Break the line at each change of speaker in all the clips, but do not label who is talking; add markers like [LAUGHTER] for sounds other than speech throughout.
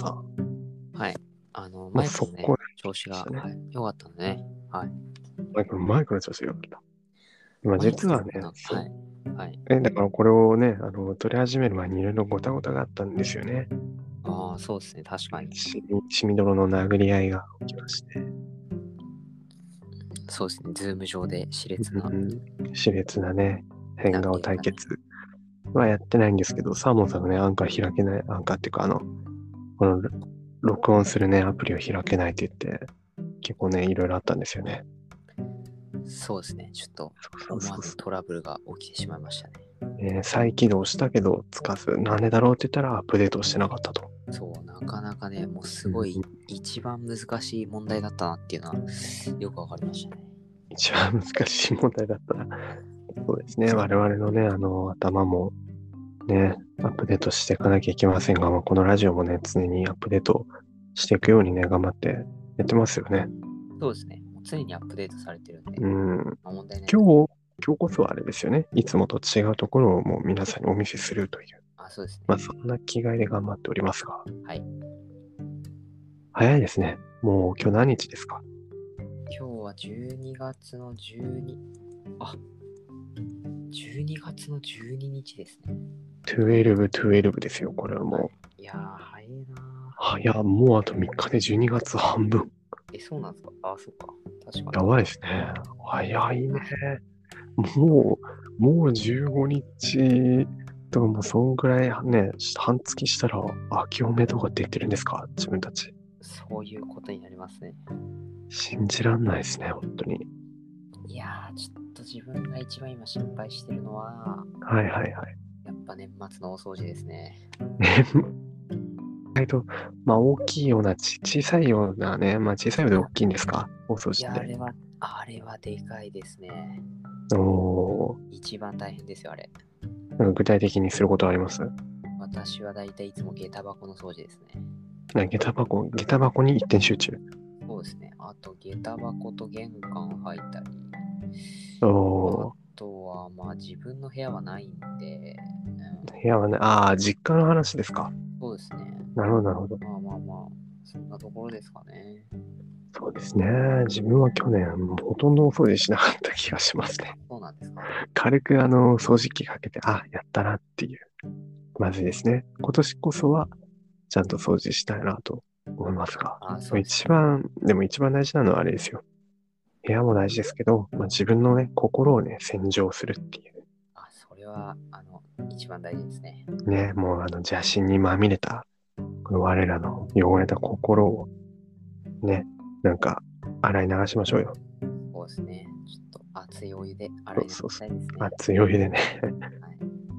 さ、
あの、マ
まあ、
イク
そ
のね、
こ
調子が、
そうです
はい、良かったんでね。はい。
マイクのマイクの調子が良かった。今実はね、
マイク
そう
のはい。はい。
えだからこれをね、あの取り始める前にいろいろごたごたがあったんですよね。
ああ、そうですね。確かに。
ししみどろの殴り合いが起きまして、
そうですね。ズーム上で熾烈な。
うん熾烈なね、変顔対決はやってないんですけど、サーモンさんがね、アンカー開けない、アンカーっていうか、あの、この録音するね、アプリを開けないって言って、結構ね、いろいろあったんですよね。
そうですね。ちょっと、
そう
思
そ
わ
う
ず
そ
トラブルが起きてしまいましたね。
う、えー再起動したけど、つかず、なんでだろうって言ったら、アップデートしてなかったと。
そう、なかなかね、もうすごい、一番難しい問題だったなっていうのは、よくわかりましたね。
一番難しい問題だったら、そうですね、我々のね、あの、頭も、ね、アップデートしていかなきゃいけませんが、まあこのラジオもね、常にアップデートしていくようにね、頑張ってやってますよね。
そうですね。もう常にアップデートされてるんで、
う
ま
ん。
あ問題ない。
今日、今日こそはあれですよね、いつもと違うところをもう皆さんにお見せするという、
あ、そうですね。
まあそんな気概で頑張っておりますが、
はい。
早いですね。もう今日何日ですか
今日は12月の12、あ、12月の12日ですね。
?12、12ですよ、これはもう。
いやー、早いな
はや、もうあと3日で12月半分。
ー。え、そうなんですかあ、そうか。確かに。
やばいですね。早いね。もう、もう15日とかもうそんぐらいね、半月したら秋おめとかって言ってるんですか自分たち。
そういうことになりますね。
信じらんないですね、本当に。
いやー、ちょっと自分が一番今心配してるのは、
はいはいはい。 [LAUGHS]
やっぱ年末の大掃除ですね。
ね、意外と、まあ大きいような、ち小さいようなね、まあ小さいようで大きいんですか放送
い
し
や、あ
て。
れは、あれはでかいですね。
お
一番大変ですよ、あれ。
ーなんか具体的にすることあります
私は大体いつも下駄箱の掃除ですね。
なんか下駄箱、下駄箱に一点集中。
そうですね。あと、下駄箱と玄関入ったり、
おー
あとは、まあ自分の部屋はないんで、うん、
部屋はね、ああ、実家の話ですか。
そうですね。
なるほど、なるほど。
まあまあまあ、そんなところですかね。
そうですね。自分は去年、ほとんどお掃除しなかった気がしますね。 [LAUGHS]
そうなんですか。
軽く、あの、掃除機かけて、あ、やったなっていう。まずいですね。今年こそは、ちゃんと掃除したいなと思いますが。
あ、そうです。
一番、でも一番大事なのはあれですよ。部屋も大事ですけど、まあ、自分のね、心をね、洗浄するっていう。
あ、それは、あの、一番大事ですね。
ね、もうあの邪心にまみれた、この我らの汚れた心を、ね、なんか、洗い流しましょうよ。
そうですね。ちょっと熱いお湯で洗い流
そう
し
そ
たいですね。
あ、強いでね。
はい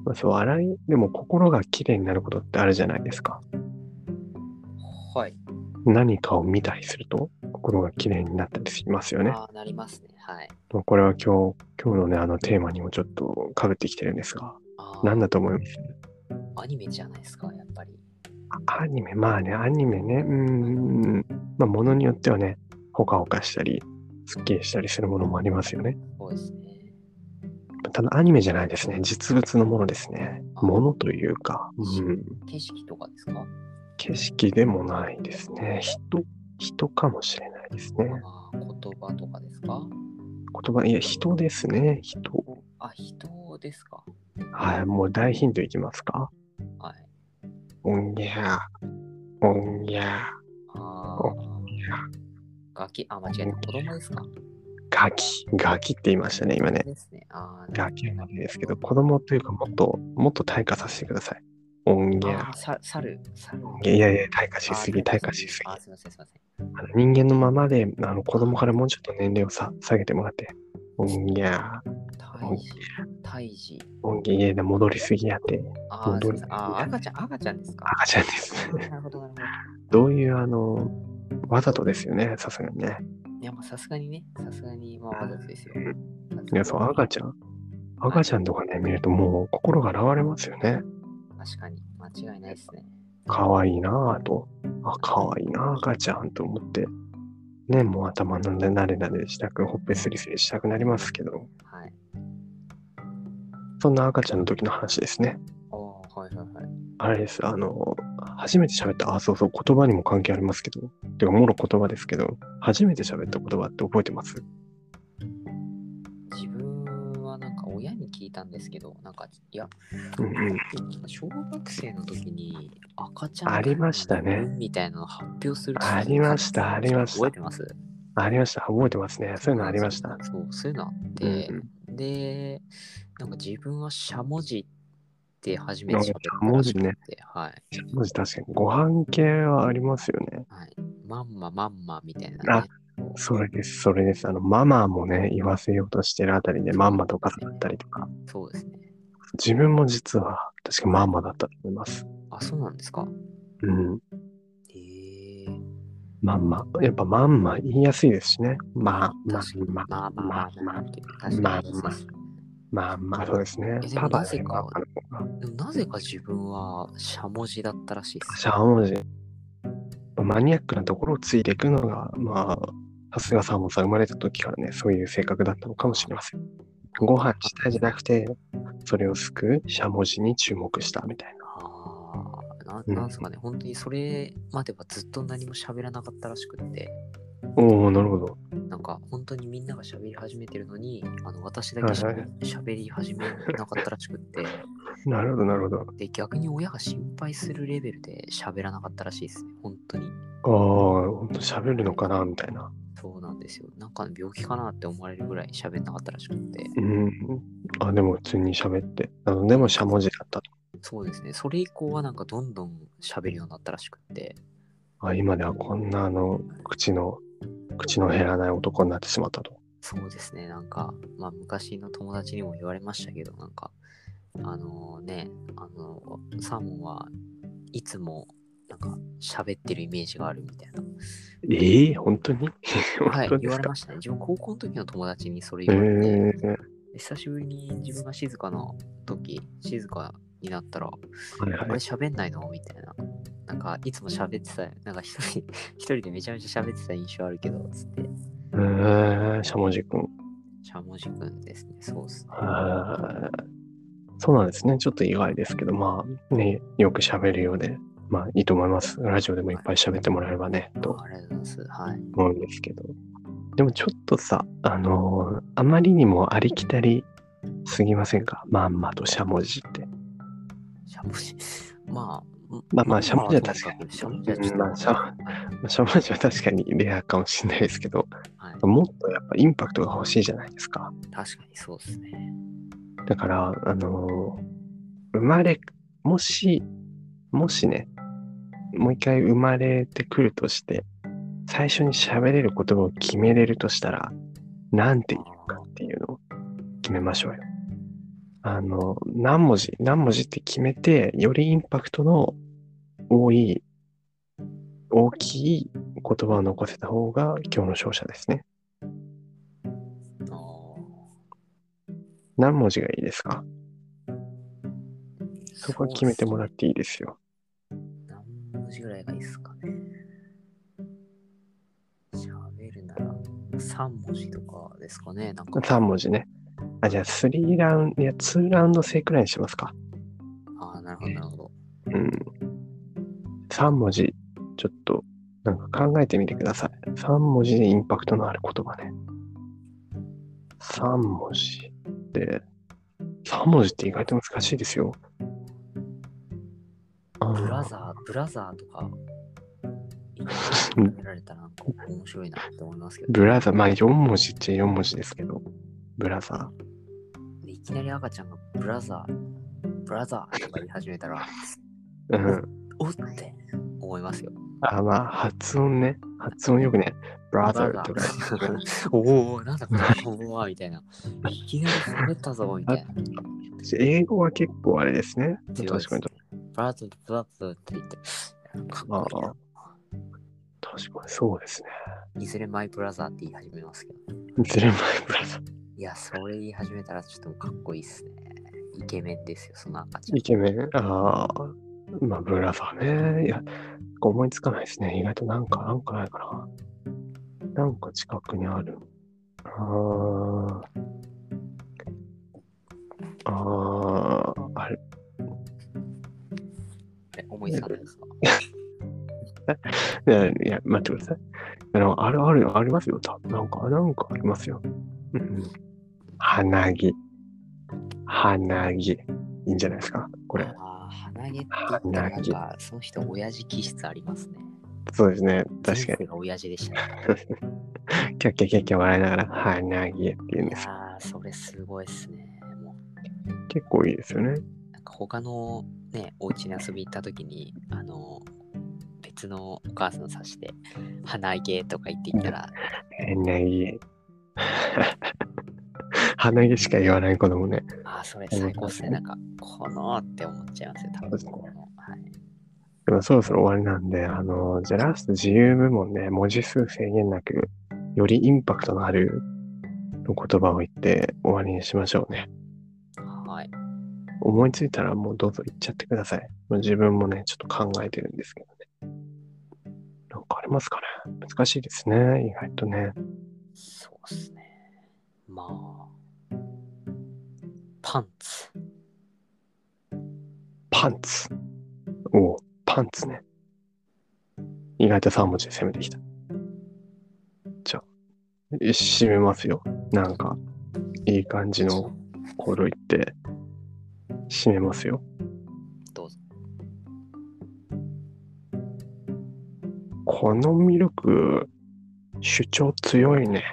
[LAUGHS] まあ、そう、洗い、でも心が綺麗になることってあるじゃないですか。
はい。
何かを見たりすると、心が綺麗になったりしますよね。
ああ、なりますね。はい。
まあこれは今日、今日のね、あのテーマにもちょっと被ってきてるんですが、
あー
何だと思います
アニメじゃないですか、やっぱり。
アニメ、まあね、アニメね、うーん、まあ、ものによってはね、ほかほかしたり、すっきりしたりするものもありますよね。
そうですね。
ただ、アニメじゃないですね。実物のものですね。
あ
ものというか、うん、
景色とかですか
景色でもないですね。人、人かもしれないですね。
あー言葉とかですか
言葉、いや、人ですね、人。
あ、人ですか
はい、もう大ヒントいきますか。
はい。
おんぎゃー、おんぎゃ
あ
お
あ。ガキ、あ、間違えた。子供ですか
ー、ガキ、ガキって言いましたね、今ね。
ですね。あー
ガキなんですけど、子供というか、もっと、もっと退化させてください。おんぎゃ
あー、さ猿、猿。
ー。いやいや、退化しすぎ、
あー
退化しすぎ。
あ
あ
ー、すいません、すいません。
の人間のままで、あの子供からもうちょっと年齢をさ下げてもらって。おんぎゃー、
胎児、胎児。
おんぎゃーで戻りすぎやって。
あーすい
戻
ま
り
せんあー、赤ちゃん、赤ちゃんですか
赤ちゃんです。 [LAUGHS]
なるほど、なるほど。
どういう、あの、わざとですよね、さすがにね。
いや、まあ、さすがにね、さすがに、まあ、わざとですよ。
うん
さす
い
が
や、
に
そう、赤ちゃん。赤ちゃんとかね、見るともう心が洗われますよね。
確かに、間違いないですね。
可愛いなぁと。あ、可愛いなぁ、赤ちゃんと思って。ね、もう頭のなでなでしたく、ほっぺすりすりしたくなりますけど、
はい。
そんな赤ちゃんの時の話ですね。
おー、はいはいはい。
あれです、あの、初めて喋った、あ、そうそう、言葉にも関係ありますけど、てか、もろ言葉ですけど、初めて喋った言葉って覚えてます
自分はなんか親に聞いたんですけど、なんか、いや、
うんうん。
小学生の時に赤ちゃん
ありましたね
みたいなの発表する
ありましたありました
覚えてます
ありました、覚えてますね。そういうのありました。
そう、そういうのあっ
うんう
て、
ん。
で、なんか自分はしゃもじって初めて喋った
なんかしゃもじね
らしくて。はい。
マジ確かに、ご飯系はありますよね。
はい。まんままんまみたいな、ね。
あそれです、それです。あの、ママもね、言わせようとしてるあたりで、まんまとかだったりとか、
そうですね。
自分も実は、確かまんまだったと思います。
あ、そうなんですか。
うん。
ええ
まんま。やっぱまんま言いやすいですしね。まあ、ま
確かに
んま。
まあまあまあまあっていう確
ま
か
あ
にそうです
まあまあ、そうですね
えで。も
パパ
なぜ
ね、
か
パパの方が。
でもなぜか自分はしゃもじだったらしいです。
シャオジ。マニアックなところをついていくのが、まあ、さすがさんもさん、生まれた時からね、そういう性格だったのかもしれません。ご飯自体じゃなくて、それを救うしゃもじに注目したみたいな。
ああ、
うん
ななんすかね、本当にそれまではずっと何も喋らなかったらしくって、
おおなるほど。
なんか本当にみんなが喋り始めてるのに、あの私だけしゃ
はいは
喋り始めなかったらしくって、
なるほど、なるほ
で逆に親が心配するレベルで喋らなかったらしいですね、本当に。
ど。ああ、ほんと喋るのかなみたいな。
そうなんですよ。なんか病気かなって思われるぐらい喋んなかったらしくって。
うん。あ、でも普通に喋って。あのでもしゃもじだったと。
そうですね。それ以降はなんかどんどん喋るようになったらしくって。
あ、今ではこんなあの、口の、口の減らない男になってしまったと。
そうですね、なんか、まあ、昔の友達にも言われましたけど、なんか、あのね、あのサーモンはいつも、なんか、喋ってるイメージがあるみたいな。
ええ本当に
は
本
い
当、で
言わ
す
れ
か、
ましたね。自分、高校の時の友達にそれ
え
言われて、
え
久しぶりに自分が静かな時、静かになったら、あ
はい
れ
はい。
喋んないのみたいな。なんか、いつも喋ってた、なんか一人、 [LAUGHS] 一人でめちゃめちゃ喋ってた印象あるけど、つって、
えー、しゃもじくん。
しゃもじくんですね、そうっすね。
あーそうなんですね。ちょっと意外ですけど、まあね、よく喋るようで、まあいいと思います。ラジオでもいっぱい喋ってもらえればね、と
ありがとうございます。はい。
思うんですけど。でもちょっとさ、あのーあまりにもありきたりすぎませんかまんまとしゃもじって。
しゃもじ。 [LAUGHS] まあ、ん
まあまあ、しゃもじは
と
確か
もく
に。
しゃもじはちょっと。
まあしゃまあしゃもじは確かにレアかもしれないですけど、
はい、
もっとやっぱインパクトが欲しいじゃないですか。
確かにそうですね。
だから、あのー生まれ、もし、もしね、もう一回生まれてくるとして、最初に喋れる言葉を決めれるとしたら、なんて言うかっていうのを決めましょうよ。あの、何文字、何文字って決めて、よりインパクトの多い、大きい言葉を残せた方が今日の勝者ですね。
ああ、
何文字がいいですかそこは決めてもら
う
っ。ていいですよ。
何文字ぐらいがいいですかね。喋るなら3文字とかですかね。なんか、
3文字ね。あ、じゃあ3ラウンド、いや、2ラウンド制くらいにしますか。
ああ、なるほど、なるほど。
うん。3文字、ちょっと、なんか考えてみてください。3文字でインパクトのある言葉ね。3文字で、3文字って意外と難しいですよ。あ
ブラ
ー
ザー、ブラザーとか、
うん
喋られたらなんか面白いなって思いますけど、
ブラザー、まあ4文字っちゃ4文字ですけど、ブラザ
でいきなり赤ちゃんがブラザー、ブラザーとか言い始めたら、
ー。うん。
おって思いますよ。
あ、まあ発音ね。発音よくね。ブラザーとか。
おお、なんだこの日本語はみたいな。いきなり滑ったぞみたいな。
英語は結構あれですね。確かに。
ブラッドブラッドって言って。かっこいいな
確かにそうですね。
いずれマイブラザーって言い始めますけど。
ずれまいブラザー。
いや、それ言い始めたらちょっとかっこいいっすね。イケメンですよ、その赤ちゃん
イ。ケメン。ああ。まあ、ブラザーね。いや、思いつかないですね。意外となんか、なんかないかな。なんか近くにある。あーあー。あれ、
え思いつかないですか
いや、いや待ってください。あの、あるあるよ、ありますよ、多分なんか、なんかありますよ。うん。鼻毛。鼻毛。いいんじゃないですか、これ。
ああ、鼻毛って言ったらなんか、その人、親父気質ありますね。
そうですね。確か
人生が親父でした
[LAUGHS]
ね。
に。キャッキャッキャッキャ笑いながら、鼻毛って言うんです。
ああ、それすごいっすね。も
結構いいですよね。
う、なんか他のね、お家に遊び行った時に、あの、別のお母さんさして、鼻毛とか言っていったら、
鼻毛。 [LAUGHS] 鼻毛しか言わない子供ね。
ああ、それ最高っすね。なんか、このって思っちゃいますよ、多分
そう
僕もはい。
でもそろそろ終わりなんで、あの、じゃあラスト自由部門で文字数制限なく、よりインパクトのある言葉を言って終わりにしましょうね。
はい。
思いついたらもうどうぞ言っちゃってください。もう自分もね、ちょっと考えてるんですけどね。なんかありますかね難しいですね。意外とね。
そうっすね。まあ、パンツ。
パンツ。おうパンツね。意外と3文字で攻めてきた。じゃあ、え締めますよ。なんか、いい感じの頃言って、締めますよ。
どうぞ。
このミルク、主張強いね。